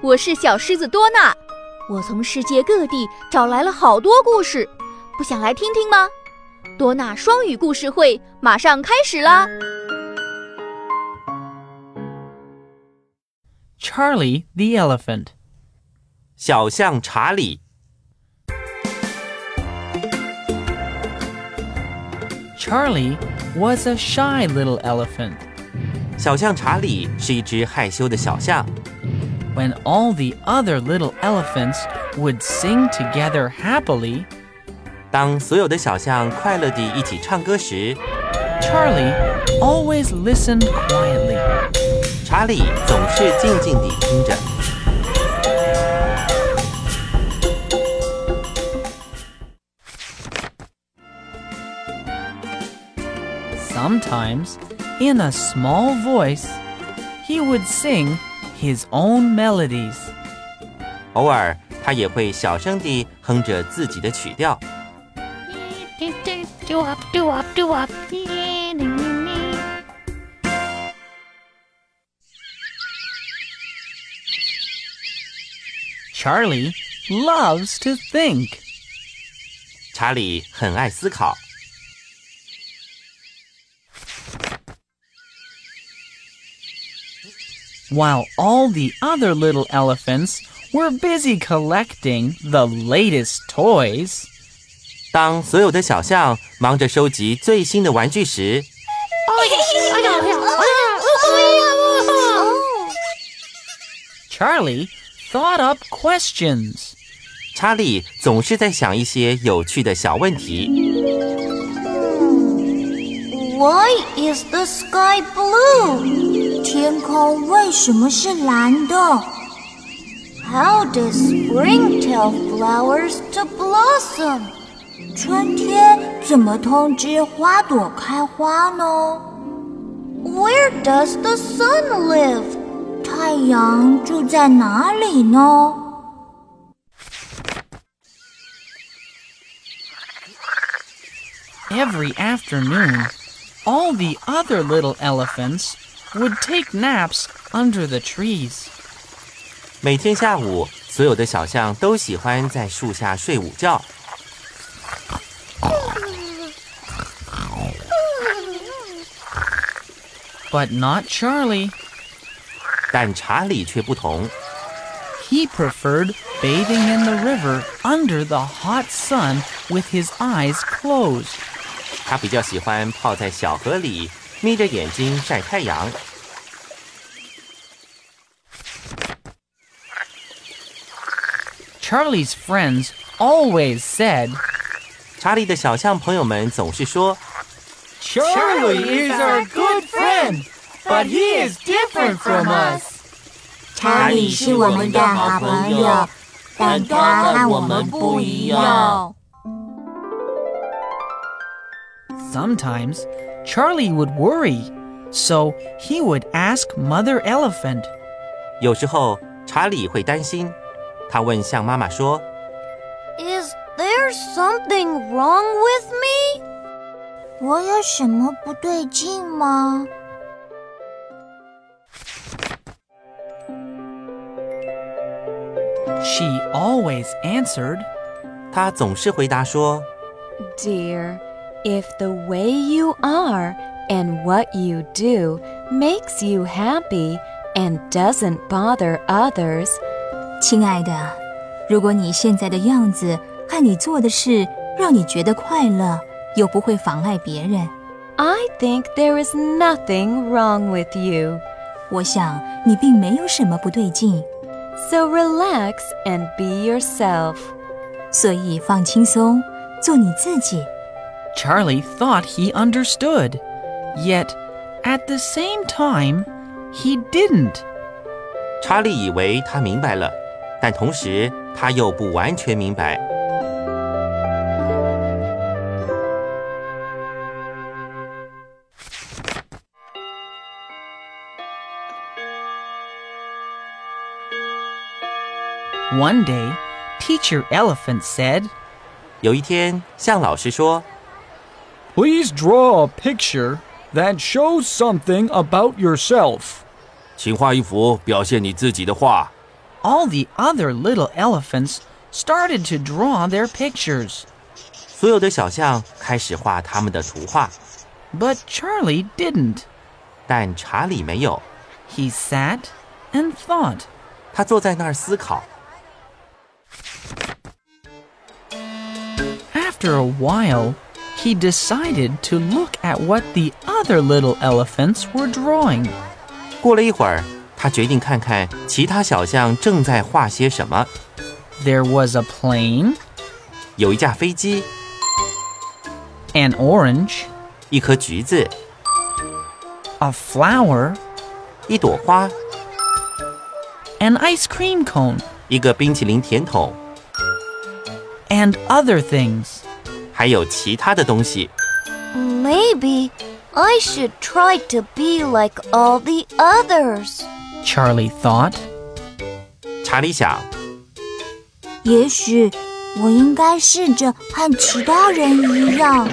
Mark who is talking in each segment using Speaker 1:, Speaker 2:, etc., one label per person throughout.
Speaker 1: 我是小狮子多纳，我从世界各地找来了好多故事，不想来听听吗？多纳双语故事会马上开始啦！
Speaker 2: Charlie the Elephant.
Speaker 3: 小象查理。
Speaker 2: Charlie was a shy little elephant.
Speaker 3: 小象查理是一只害羞的小象。
Speaker 2: When all the other little elephants would sing together happily,
Speaker 3: 当所有的小象快乐地一起唱歌时，
Speaker 2: Charlie always listened quietly.
Speaker 3: 查理总是静静地听着。
Speaker 2: Sometimes, in a small voice, he would sing his own melodies.
Speaker 3: 偶尔，他也会小声地哼着自己的曲调。
Speaker 4: Do up, do up, do up. Yeah, nee, nee, nee.
Speaker 2: Charlie loves to think.
Speaker 3: 查理很爱思考。
Speaker 2: While all the other little elephants were busy collecting the latest toys,
Speaker 3: 当所有的小象忙着收集最新的玩具时，
Speaker 2: Charlie thought up questions.
Speaker 3: 查理总是在想一些有趣的小问题。
Speaker 5: Why is the sky blue? 天空为什么是蓝的？How does springtail flowers to blossom? 春天怎么通知花朵开花呢？Where does the sun live? 太阳住在哪里呢？
Speaker 2: Every afternoon, all the other little elephants would take naps under the trees.
Speaker 3: 每天下午，所有的小象都喜欢在树下睡午觉。
Speaker 2: But not Charlie.
Speaker 3: 但查理却不同，
Speaker 2: He preferred bathing in the river under the hot sun with his eyes closed.
Speaker 3: 他比较喜欢泡在小河里，眯着眼睛晒太阳。
Speaker 2: Charlie's friends always said,
Speaker 3: 查理的小象朋友们总是说，
Speaker 2: Charlie is our good friend, but he is different from us.
Speaker 5: 查理是我们的好朋友，但他和我们不一样。
Speaker 2: Sometimes Charlie would worry, so he would ask Mother Elephant,
Speaker 3: 有时候查理会担心。他问象妈妈说
Speaker 5: Is there something wrong with me？我有什么不对劲吗
Speaker 2: she always answered,：“
Speaker 3: 他总是回答说，
Speaker 6: Dear, if the way you are and what you do makes you happy and doesn't bother others,
Speaker 7: 亲爱的，如果你现在的样子和你做的事让你觉得快乐，又不会妨碍别人，
Speaker 6: I think there is nothing wrong with you.
Speaker 7: 我想你并没有什么不对劲。
Speaker 6: So relax and be yourself.
Speaker 7: 所以放轻松，做你自己。
Speaker 2: Charlie thought he understood. Yet, at the same time, he didn't.
Speaker 3: 查理以为他明白了，但同时他又不完全明白。
Speaker 2: One day, Teacher Elephant said,
Speaker 3: 有一天，向老师说
Speaker 8: Please draw a picture that shows something about yourself.：“
Speaker 3: 请画一幅表现你自己的画。”
Speaker 2: all the other little elephants started to draw their pictures.
Speaker 3: 所有的小象开始画他们的图画，
Speaker 2: But Charlie didn't.
Speaker 3: 但查理没有，
Speaker 2: He sat and thought.
Speaker 3: 他坐在那儿思考。
Speaker 2: After a while, he decided to look at what the other little elephants were drawing.
Speaker 3: 过了一会儿，他决定看看其他小象正在画些什么。
Speaker 2: There was a plane,
Speaker 3: 有一架飞机，
Speaker 2: an orange,
Speaker 3: 一颗橘子，
Speaker 2: a flower,
Speaker 3: 一朵花，
Speaker 2: an ice cream cone,
Speaker 3: 一个冰淇淋甜筒，
Speaker 2: and other things.
Speaker 3: 还有其他的东西。
Speaker 5: Maybe I should try to be like all the others.
Speaker 2: Charlie thought.
Speaker 3: 查理想，
Speaker 5: 也许我应该试着和其他人一样。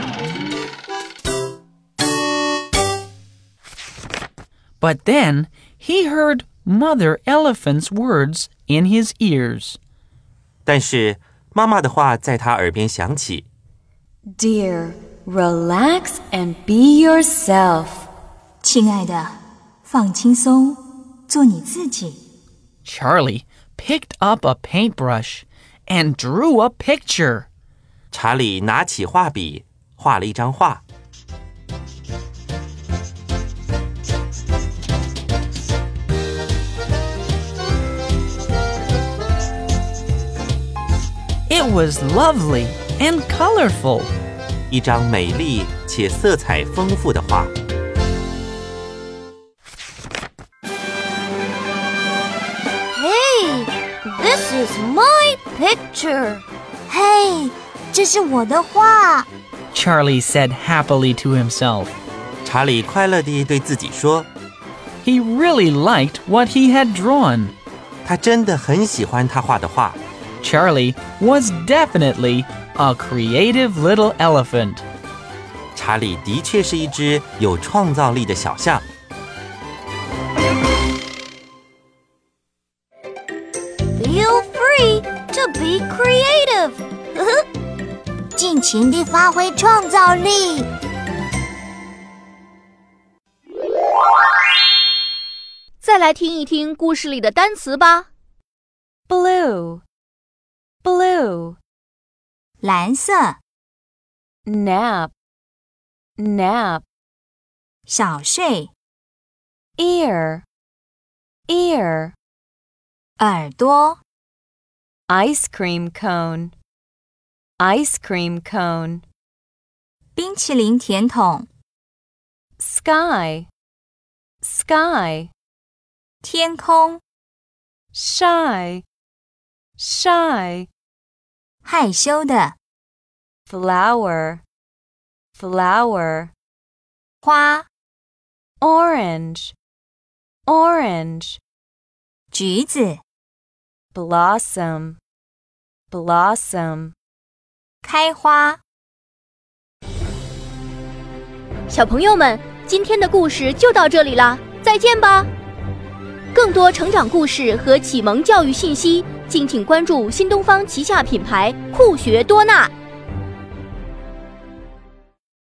Speaker 2: But then he heard Mother Elephant's words in his ears.
Speaker 3: 但是妈妈的话在他耳边响起。
Speaker 6: Dear, relax and be yourself.
Speaker 7: 亲爱的，放轻松，做你自己。
Speaker 2: Charlie picked up a paintbrush and drew a picture.
Speaker 3: 查理拿起画笔，画了一张画。
Speaker 2: It was lovely and colorful.
Speaker 3: 一张美丽且色彩丰富的画。
Speaker 5: Hey, this is my picture. 嘿，这是我的画。
Speaker 2: Charlie said happily to himself.
Speaker 3: 查理快乐地对自己说
Speaker 2: He really liked what he had drawn.：“
Speaker 3: 他真的很喜欢他画的画。
Speaker 2: Charlie was definitely a creative little elephant. ”
Speaker 3: 查理的确是一只有创造力的小象。
Speaker 5: Feel free to be creative. 尽情地发挥创造力。
Speaker 1: 再来听一听故事里的单词吧。
Speaker 6: Blue, blue,
Speaker 7: 蓝色、
Speaker 6: nap, nap,
Speaker 7: 小睡、
Speaker 6: ear, ear,
Speaker 7: 耳朵、
Speaker 6: ice cream cone, ice cream cone,
Speaker 7: 冰淇淋甜筒、
Speaker 6: sky, sky,
Speaker 7: 天空、
Speaker 6: shy, shy,
Speaker 7: 害羞的
Speaker 6: flower, flower,
Speaker 7: 花、
Speaker 6: orange, orange,
Speaker 7: 橘子、
Speaker 6: blossom, blossom.
Speaker 7: 开花。
Speaker 1: 小朋友们，今天的故事就到这里啦，再见吧！更多成长故事和启蒙教育信息，敬请关注新东方旗下品牌酷学多纳。